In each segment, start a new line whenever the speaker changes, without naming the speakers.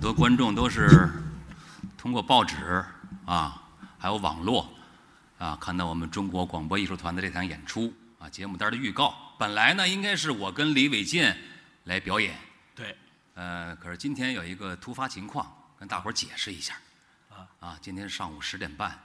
多观众都是通过报纸啊，还有网络啊，看到我们中国广播艺术团的这场演出啊，节目单的预告。本来呢，应该是我跟李伟健来表演，
对，
呃，可是今天有一个突发情况，跟大伙儿解释一下。
啊
啊，今天上午十点半，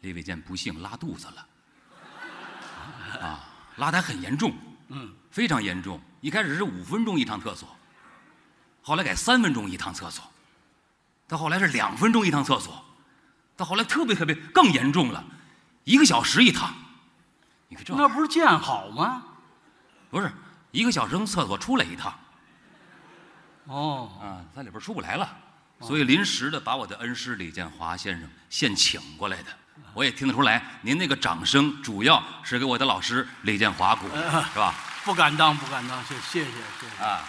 李伟健不幸拉肚子了，啊，拉得很严重，
嗯，
非常严重。一开始是五分钟一趟厕所，后来改三分钟一趟厕所，到后来是两分钟一趟厕所，到后来特别特别更严重了，一个小时一趟。你看这
那不是见好吗？
不是一个小时从厕所出来一趟，
哦，
啊，他里边出不来了，所以临时的把我的恩师李建华先生现请过来的。我也听得出来，您那个掌声主要是给我的老师李建华鼓，是吧？
不敢当，不敢当，谢谢谢谢谢
啊，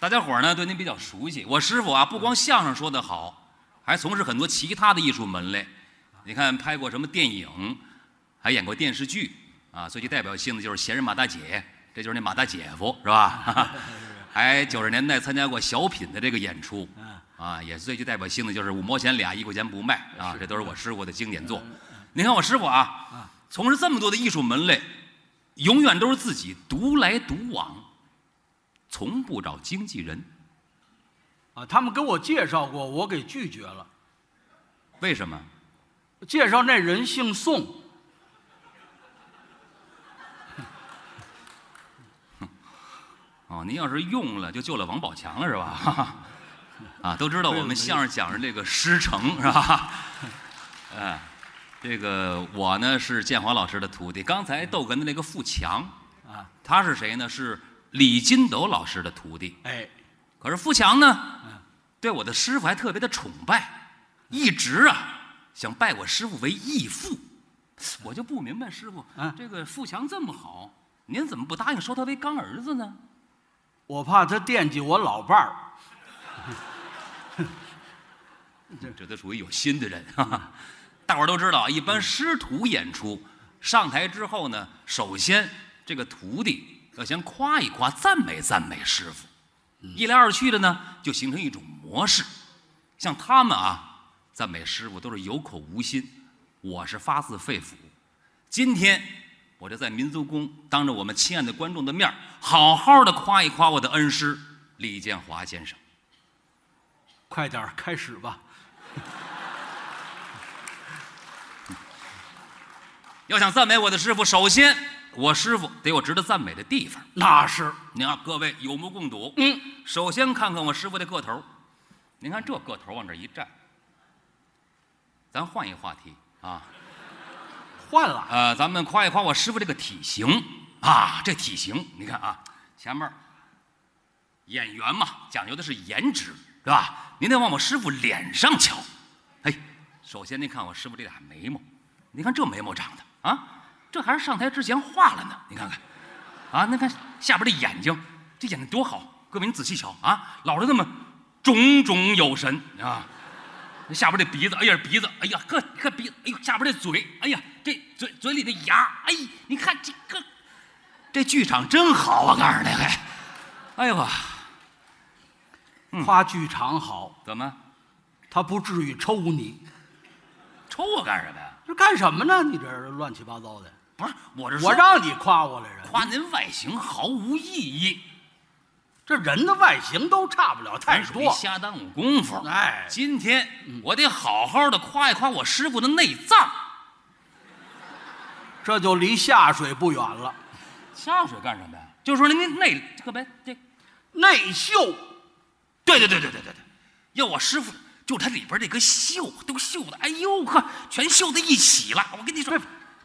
大家伙儿呢对您比较熟悉。我师傅啊，不光相声说得好，还从事很多其他的艺术门类。你看，拍过什么电影，还演过电视剧啊。最具代表性的就是《闲人马大姐》，这就是那马大姐夫，是吧？ 还九十年代参加过小品的这个演出，啊，也最具代表性的就是五毛钱俩，一块钱不卖啊，这都是我师傅的经典
嗯
作。你看我师傅啊，从事这么多的艺术门类，永远都是自己独来独往，从不找经纪人。
啊，他们给我介绍过，我给拒绝了。
为什么？
介绍那人姓宋，
哦，您要是用了，就救了王宝强了是吧？ 哈哈啊，都知道我们相声讲的这个师承是吧？哎，这个我呢是建华老师的徒弟。刚才逗哏的那个富强
啊，
他是谁呢？是李金斗老师的徒弟。
哎，
可是富强呢，对我的师傅还特别的崇拜，一直啊想拜我师傅为义父。我就不明白，师傅
嗯，
这个富强这么好，您怎么不答应收他为干儿子呢？
我怕他惦记我老伴儿。
这都属于有心的人。哈哈大伙儿都知道，啊一般师徒演出上台之后呢，首先这个徒弟要先夸一夸、赞美赞美师傅，一来二去的呢，就形成一种模式。像他们啊，赞美师傅都是有口无心，我是发自肺腑。今天我就在民族宫当着我们亲爱的观众的面儿，好好的夸一夸我的恩师李建华先生。
快点儿开始吧。
要想赞美我的师傅，首先我师傅得有值得赞美的地方。
那是，
你看，各位有目共睹。
嗯，
首先看看我师傅的个头儿，您看这个头儿往这一站，咱换一话题啊。
换了，
呃，咱们夸一夸我师傅这个体型啊，这体型，你看啊，前面儿演员嘛，讲究的是颜值，是吧？您得往我师傅脸上瞧。哎，首先您看我师傅这俩眉毛，您看这眉毛长的啊，这还是上台之前画了呢。您看看，啊，您看下边这眼睛，这眼睛多好，各位您仔细瞧啊，老是那么炯炯有神啊。那下边这鼻子，哎呀鼻子，哎呀呵，你看鼻子，哎呦下边这嘴，哎呀这嘴嘴里的牙，哎，你看这个，这剧场真好啊！告诉你，还，哎呦哇，
夸剧场好，
怎么
他不至于抽你。
抽啊我干什么呀？
这干什么呢？你这是乱七八糟的。
不是我这
我
说
让你夸我来着，
夸您外形毫无意义，
这人的外形都差不了太
纯属于
多。
瞎耽误功夫。
哎，
今天我得好好的夸一夸我师傅的内脏。
这就离下水不远了。
下水干什么呀？就是说您您内这个这
内秀，
对对对对对对对，要我师傅就他里边这个绣都绣的，哎呦呵，全绣在一起了。我跟你说，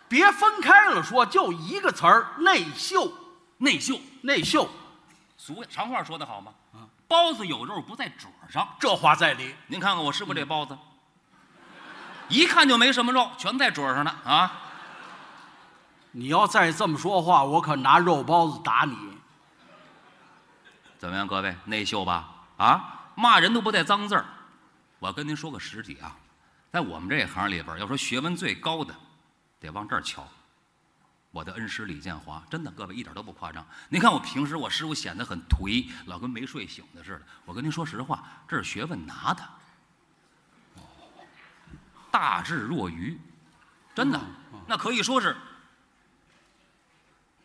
别分开了说，就一个词儿，内秀，
内绣，
内秀，
俗常话说的好吗？包子有肉不在褶上。
这话在理。
您看看我师傅这包子，一看就没什么肉，全在褶上呢啊！
你要再这么说话，我可拿肉包子打你。
怎么样，各位内秀吧？啊，骂人都不带脏字儿。我跟您说个实体啊，在我们这行里边，要说学问最高的，得往这儿瞧，我的恩师李建华，真的，各位一点都不夸张。您看我平时我师傅显得很颓，老跟没睡醒的似的。我跟您说实话，这是学问拿的，大智若愚，真的，那可以说是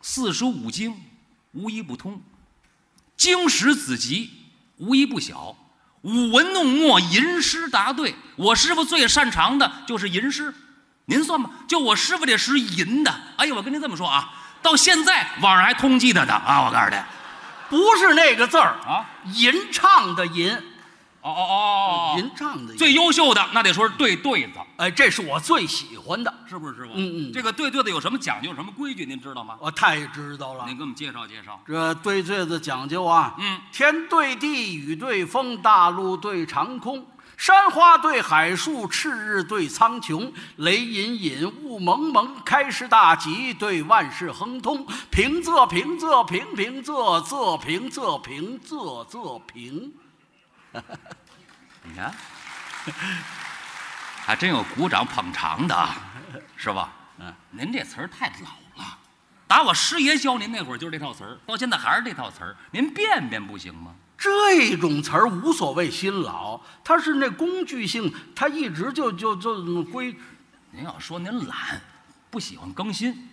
四书五经无一不通，经史子集无一不晓，舞文弄墨，吟诗答对。我师傅最擅长的就是吟诗，您算吧，就我师傅这诗吟的。哎呀，我跟您这么说啊，到现在网上还通缉他呢啊！我告诉你，
不是那个字儿
啊，
吟唱的吟，
哦哦哦哦
吟唱的吟。
最优秀的那得说是对对子，
哎，这是我最喜欢的，
是不是师傅？
嗯嗯
这个对对子有什么讲究，有什么规矩，您知道吗？
我太知道了
您。给我们介绍介绍。
这对对子讲究啊，
嗯，
天对地，雨对风，大陆对长空，山花对海树，赤日对苍穹，雷隐隐，雾蒙蒙，开市大吉，对万事亨通，平仄平仄平平仄仄平仄平仄仄平。
你看， 还真有鼓掌捧场的，啊，是吧？嗯，您这词儿太老了，打我师爷教您那会儿就是这套词儿，到现在还是这套词儿，您变变不行吗？
这种词儿无所谓新老，它是那工具性，它一直就就就归
您要说您懒，不喜欢更新，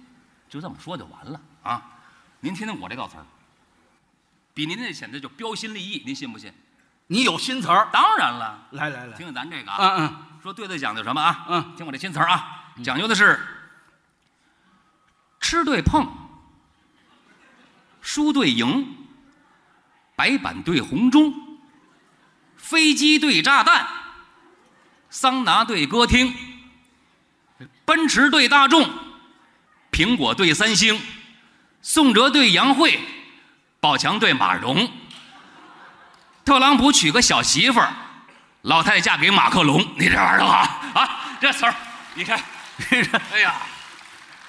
就这么说就完了啊。您听听我这套词儿，比您那显得就标新立异，您信不信？
你有新词儿。
当然了，
来来来
听，听咱这个啊，
嗯嗯，
说对对讲究什么啊？
嗯，
听我这新词儿啊，讲究的是吃对碰，书对赢，白板对红钟，飞机对炸弹，桑拿对歌厅，奔驰对大众，苹果对三星，宋哲对杨慧，宝强对马蓉，特朗普娶个小媳妇儿。老太太嫁给马克龙，你这玩意儿啊啊，这词儿，你看，哎呀，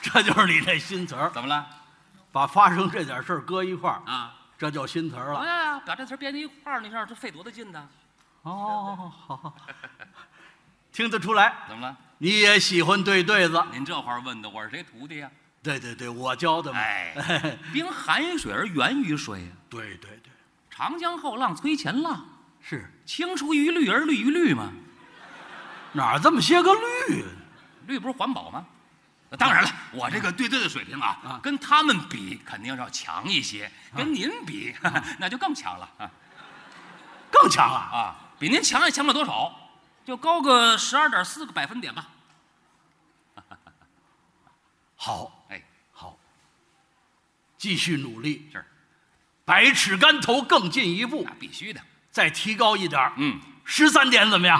这就是你这新词儿。
怎么了
把发生这点事儿搁一块儿，
啊？
这叫新词儿了。
哎呀，把这词儿编到一块儿，你看这费多大劲呢？
哦，好好， 听得出来，
怎么了？
你也喜欢对对子？
您这话问的，我是谁徒弟呀？
对对对，我教的嘛。
哎，冰寒于水而源于水呀，
对对对，
长江后浪推前浪，
是
青出于绿而绿于绿嘛，
哪儿这么些个绿？
绿不是环保吗？当然了，我这个对对的水平啊
啊，
跟他们比肯定是要强一些，跟您比 那就更强了啊。
更强啊！
啊，比您强也强不了多少，就高个十二点四个百分点吧。
好，
哎，
好，继续努力，
是，
百尺竿头更进一步
那，必须的。
再提高一点儿，
嗯，
十三点怎么样？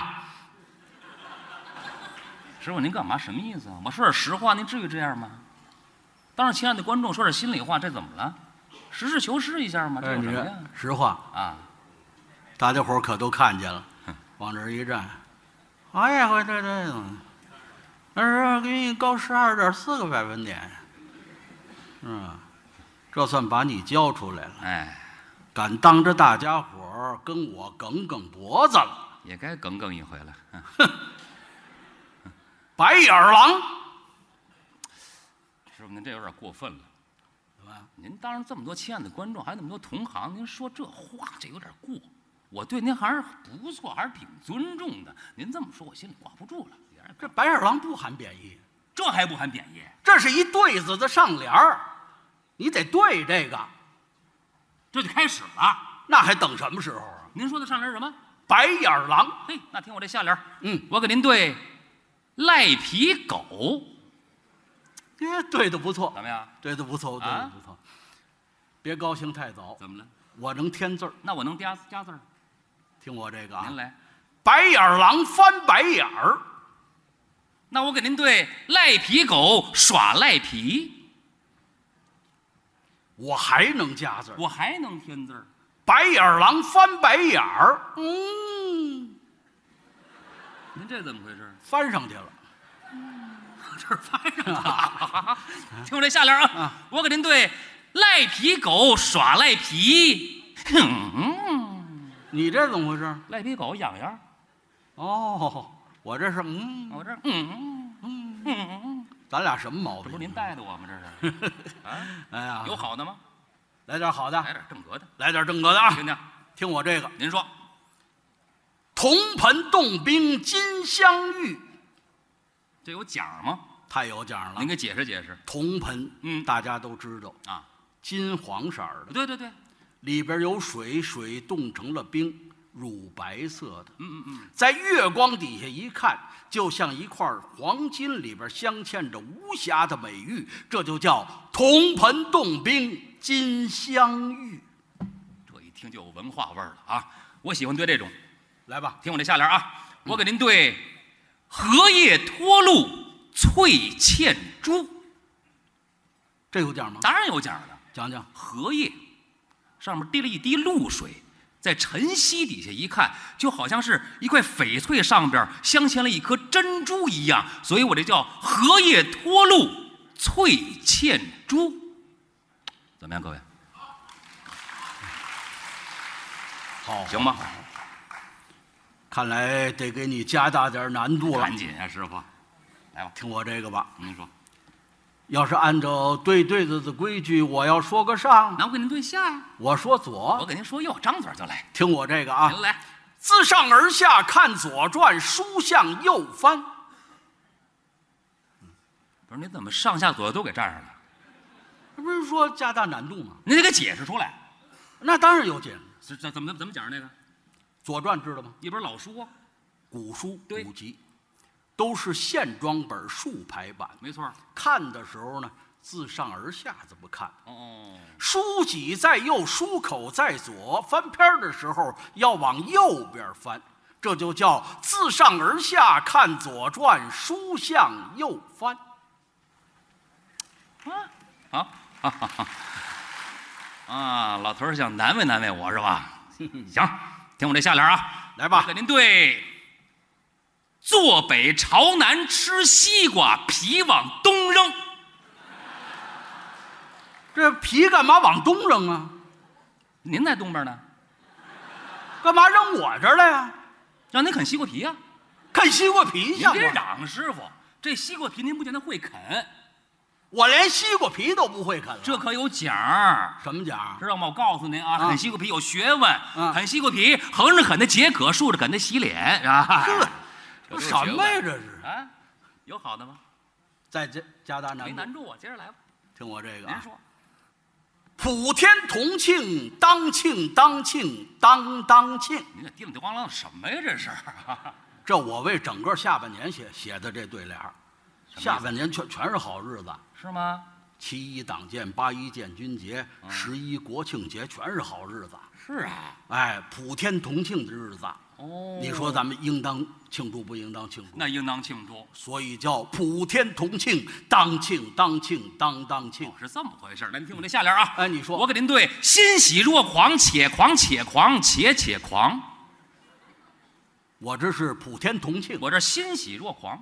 师傅您干嘛？什么意思啊？我说点实话，您至于这样吗？当着亲爱的观众说点心里话，这怎么了？实事求是一下嘛，这
哎
有什么呀？
实话，
啊，
大家伙儿可都看见了，往这儿一站，哎呀，我这这，那是给你高十二点四个百分点，嗯，这算把你教出来了，
哎，
敢当着大家伙儿跟我梗梗脖子了，
也该耿耿一回了。嗯
白眼儿狼，
师傅您这有点过分了。
怎么样
您当着这么多亲爱的观众，还有那么多同行，您说这话这有点过。我对您还是不错，还是挺尊重的。您这么说，我心里挂不住了。有点
这白眼儿狼不含贬义。
这还不含贬义？
这是一对子的上联儿，你得对这个，
这就开始了。
那还等什么时候啊？
您说的上联是什么？
白眼儿狼，
嘿，那听我这下联儿，
嗯，
我给您对赖皮狗，
哎，对的不错
怎，么样？
对的不错，对
啊
的不错。别高兴太早，
怎么了？
我能添字儿，
那我能加加字儿？
听我这个啊
您，来。
白眼儿狼翻白眼儿，
那我给您对赖皮狗耍赖皮，
我还能加字儿，
我还能添字儿。
白眼儿狼翻白眼儿，嗯，
您这怎么回事？
翻上去了，
这儿翻上了。 听我这下联儿啊，我给您对赖皮狗耍赖皮。哼，
你这怎么回事？
赖皮狗痒痒，
哦，我这是嗯，
我这儿嗯嗯嗯，
咱俩什么毛
这不
病？
是您带的我吗？ 这是啊，
哎呀，
有好的吗？
来点好的，
来点正格的，
来点正格的啊！
听听。
听我这个，
您说
铜盆冻冰金镶玉，
这有奖吗？
太有讲了
您。给解释解释
铜盆，
嗯
大家都知道，
啊。
金黄色儿的，
对对对，
里边有水，水冻成了冰，乳白色的，
嗯嗯嗯，
在月光底下一看，就像一块黄金，里边镶嵌着无瑕的美玉，这就叫铜盆冻冰金镶玉。
这一听就有文化味儿了啊！我喜欢对这种。
来吧，
听我这下联啊，我给您对荷叶脱露翠嵌珠，
这有讲吗？
当然有奖了。
讲讲，
荷叶上面滴了一滴露水，在晨曦底下一看，就好像是一块翡翠上边镶嵌了一颗珍珠一样，所以我这叫荷叶脱露翠嵌珠。怎么样，各位，
好，
行吗？
看来得给你加大点难度了
赶。紧啊，师傅，来吧，
听我这个吧，
您说，
要是按照对对子的规矩，我要说个上，
那我给您对下呀、
我说
我
左。
给您说右，张嘴就来，
听我这个哦啊，
您来。
自上而下看《左传》，书向右翻。
不是你怎么上下左右都给占上了？
这不是说加大难度吗？
你得给解释出来。
那当然有解。《
这这怎么怎么讲那个？
左传》知道吗？
一本老书啊，
古书
对
古籍，都是线装本竖排版。
没错儿。
看的时候呢，自上而下这么看。
哦，
书脊在右，书口在左，翻篇儿的时候要往右边翻，这就叫自上而下看《左传》，书向右翻。
好，哈哈哈啊，老头儿想难为难为我是 吧？行，听我这下联啊，
来吧
我给您对。坐北朝南吃西瓜，皮往东扔。
这皮干嘛往东扔啊？
您在东边呢，
干嘛扔我这儿来呀、
让您啃西瓜皮啊呀、
啃西瓜皮
您
像
别
话！
嚷，师傅，这西瓜皮您不见得会啃，
我连西瓜皮都不会啃了。
这可有奖儿。
什么讲？
知道吗？我告诉您啊，
啊
啃西瓜皮有学问，
嗯
啃西瓜皮横着啃它解渴，竖着啃它洗脸，是吧？
这
有
这
学
哎什么呀？
问
这是
啊，有好的吗？
在这加大
没
难
难
度。
住我，接着来吧。
听我这个
您
啊，
说，
普天同庆，当庆当庆当当庆。
您这叮了咣啷的什么呀？这是
这我为整个下半年写写的这对联儿，
思
下半年全全是好日子，
是吗？
七一党建、八一建军节、
嗯
十一国庆节，全是好日子。
是啊，
哎，普天同庆的日子，
哦，
你说咱们应当庆祝不应当庆祝？
那应当庆祝，
所以叫普天同庆，当庆当庆当当庆
哦。是这么回事儿。来，您听我这下联啊，
哎你说
我给您对：欣喜若狂，且狂且狂且且狂。
我这是普天同庆，
我这欣喜若狂，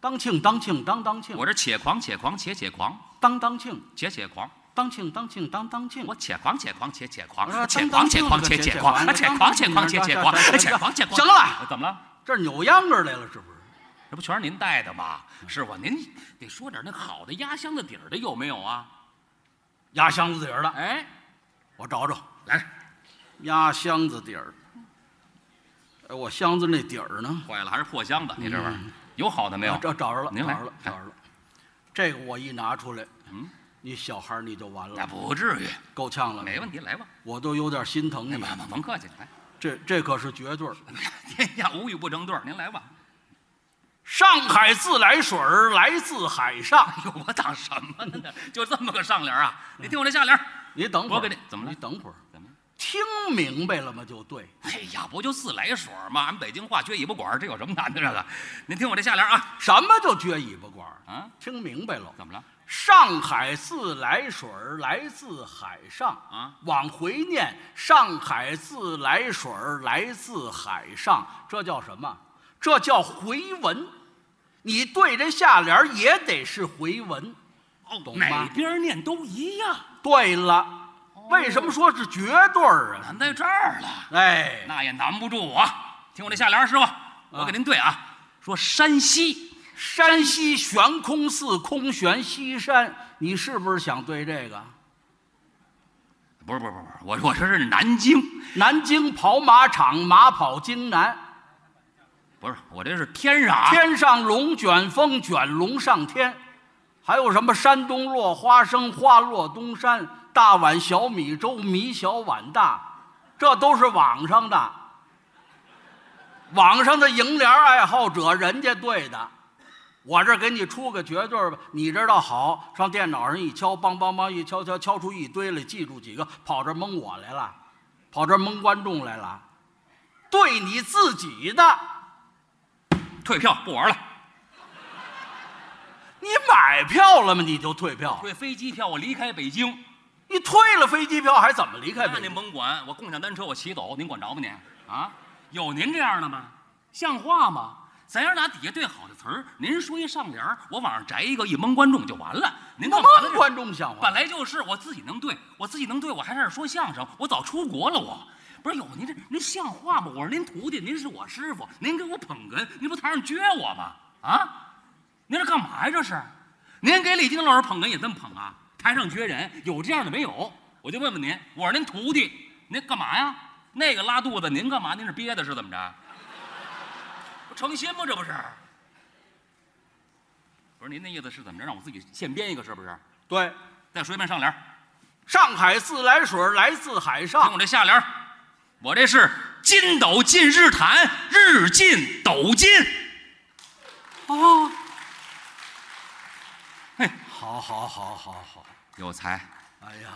当庆当庆当当庆
我，这且狂且狂且且狂
当当庆，
且且狂。
当庆当庆当当庆
我。且狂且狂且且狂
嗯啊，
且狂且狂且且狂，啊且狂且狂且且狂，啊且狂且狂。
行了，
怎么了？
这扭秧歌来了是不是？
这不全是您带的吗？师傅，您得说点那好的压箱子底儿的有没有啊？
压箱子底儿了，
哎，
我找找。
来，
压箱子底儿。哎，我箱子那底儿呢？
坏了，还是破箱子，你这玩意
嗯
儿有好的没有
啊？找找着了，
您
找
来
着了，
哎
找着了。这个我一拿出来，
嗯，
你小孩儿你就完
那
了，
不至于，
够呛了。
没问题，来吧，
我都有点心疼
哎
你。
甭甭客气，来，
这这可是绝对儿。
天下无语不成对儿，您来吧。
上海自来水儿来自海上。
哎呦，我当什么呢？就这么个上联啊！你听我这下联，
你等会儿，
我给你怎么了
你等会儿，
怎么了？
听明白了吗？就对。
哎呀，不就自来水吗？俺们北京话缺尾巴管儿，这有什么难的？这个，您听我这下联啊
什么叫撅尾巴管儿？
啊，
听明白了。
怎么了？
上海自来水儿来自海上
啊，
往回念，上海自来水儿来自海上，这叫什么？这叫回文。你对这下联儿也得是回文。
哦，
懂吗
哪边念都一样，
对了，为什么说是绝对儿啊？
难在这儿了，
哎，
啊那也难不住我。听我这下联，师傅，我给您对啊，说山西
山西悬空寺空悬西山，你是不是想对这个？
不是不是不是，我我说是南京，
南京跑马场，马跑京南，
不是我这是天上啊，
天上龙卷风，卷龙上天。还有什么山东落花生，花落东山，大碗小米粥，米小碗大，这都是网上的。网上的楹联爱好者，人家对的。我这给你出个绝对儿吧，你这倒好，上电脑上一敲，梆梆梆一敲敲敲出一堆来，记住几个，跑这儿蒙我来了，跑这儿蒙观众来了，对你自己的，
退票不玩了，
你买票了吗？你就退票，
退飞机票，我离开北京，
你退了飞机票还怎么离开
那
北
您
京？
甭管，我共享单车我骑走，您管着吗您？啊，有您这样的吗？像话吗？咱要拿底下对好的词儿，您说一上联儿，我往上摘一个，一蒙观众就完了。您干嘛
蒙
呢
观众像话
本？来就是我自己能对，我自己能对，我还在这儿说相声，我早出国了我。不是有您这您像话吗？我是您徒弟，您是我师傅，您给我捧哏，您不台上撅我吗？啊，您这干嘛呀？这是，您给李菁老师捧哏也这么捧啊？台上撅人，有这样的没有？我就问问您，我是您徒弟，您干嘛呀？那个拉肚子，您干嘛？您是憋的是怎么着？不成心吗？这不是？不是您那意思是怎么着？让我自己现编一个是不是？
对，
再说一遍上联儿，
上海自来水来自海
听
上，
我这下联儿，我这是金斗进日坛，日进斗金。
哦，
嘿，
好好好好好，
有才，
哎呀，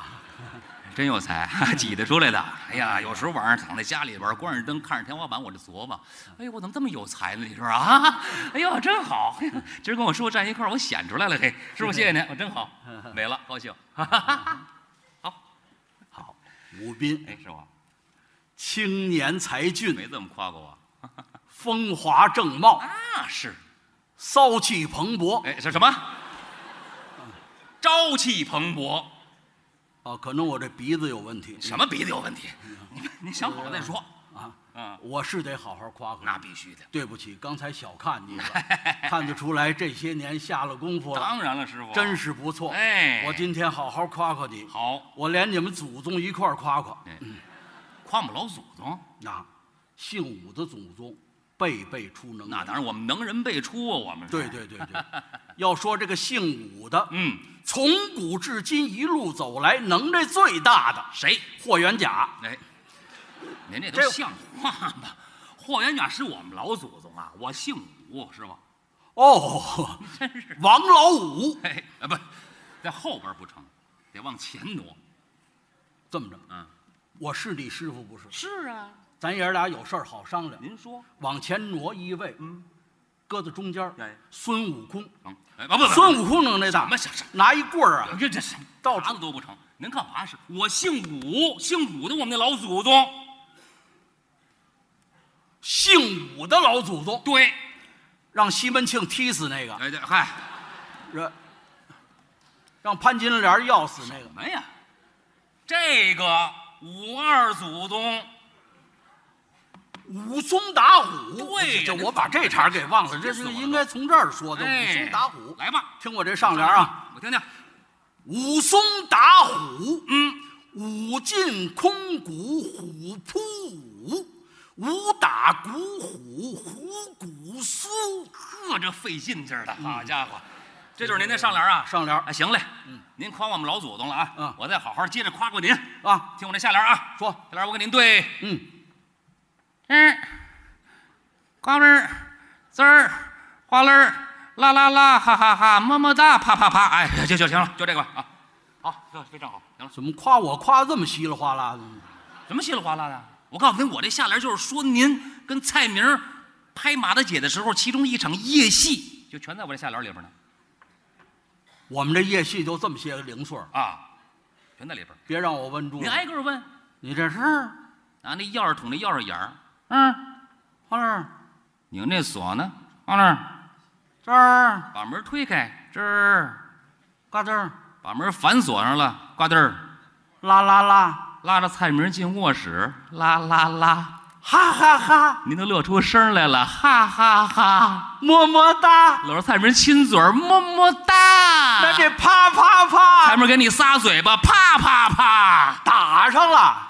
真有才， 挤得出来的。哎呀，有时候晚上躺在家里边儿，关着灯看着天花板，我就琢磨，哎呦，我怎么这么有才呢？你说啊？ 哎呦，真好！ 哎呦今儿跟我师傅站一块儿，我显出来了。嘿，师傅谢谢您，我真好，美了，高兴。
好，武斌，
哎，师傅
青年才俊，
没这么夸过我。
风华正茂，
那是，
骚气蓬勃。
哎，是什么？朝气蓬勃。
啊，可能我这鼻子有问题。
什么鼻子有问题？你你想好了再说。
啊？
嗯，
我是得好好夸夸。
那必须的。
对不起，刚才小看你了，看得出来这些年下了功夫了，
当然了，师傅，
真是不错。
哎
我今天好好夸夸你，
好。
我连你们祖宗一块儿夸夸。
哎夸我们老祖宗，
啊，姓武的祖宗，辈辈出能人。
那当然我们能人辈出啊，我们是
对。对对对，要说这个姓武的，
嗯，
从古至今一路走来，能耐最大的
谁？
霍元甲，
哎，您这
这
都像话吗？霍元甲是我们老祖宗啊，我姓武，师傅，
哦，
真是。
王老五，
哎，啊不，在后边不成，得往前挪。
这么着，
嗯，
我是你师傅不是？
是啊，
咱爷俩有事儿好商量。
您说。
往前挪一位，
嗯，
搁在中间儿
哎，
孙悟空，
嗯，哎，不不不，
孙悟空能耐大
什么，什么
拿一棍儿啊，
这这是
到
啥子都不成。您干嘛是？我姓武，姓武的我们那老祖宗。
姓武的老祖宗，
对，
让西门庆踢死那个，
哎对，嗨，
让让潘金莲要死那个
什，么呀？这个武二祖宗，
武松打虎。
对
这
呀
这我把这茬儿给忘了，这
气死
是
我了
应该从这儿说的。武
哎，
松打虎，
来吧，
听我这上联啊，，
我听听。
武松打虎，
嗯，
武进空谷虎扑武，武打鼓虎虎骨酥。
呵，这费劲劲儿的，好家伙，这就是您的上联啊。
嗯上联
啊，行嘞，您夸我们老祖宗了啊，
嗯
我再好好接着夸夸您。
啊，
听我这下联啊，
说，
下联我给您对。
嗯，
嗯，瓜嘣儿，滋儿，哗啦儿，啦啦啦，哈哈哈，么么哒，啪啪啪，哎，就就行了，就这个吧啊。好，这非常好，行了。
怎么夸我夸这么稀里哗啦的呢？
什么稀里哗啦的？我告诉您，我这下联就是说您跟蔡明儿拍马大姐的时候，其中一场夜戏，就全在我这下联里边呢
我们这夜戏就这么些个零碎儿，
啊，全在里边。
别让我问住
您
了。
挨个问，
你这是
拿那钥匙捅那钥匙眼儿，嗯，
花儿
拧那锁呢，完了，
这儿
把门推开，这儿
嘎吱儿
把门反锁上了，呱嘚儿。
啦啦啦，
拉着蔡明进卧室，啦啦啦，
哈哈哈，
您都乐出声来了，哈哈哈！
么么哒。
搂着蔡明亲嘴儿，么么哒。
那这啪啪
蔡
啪
明给你仨嘴巴，啪啪啪。
打上了。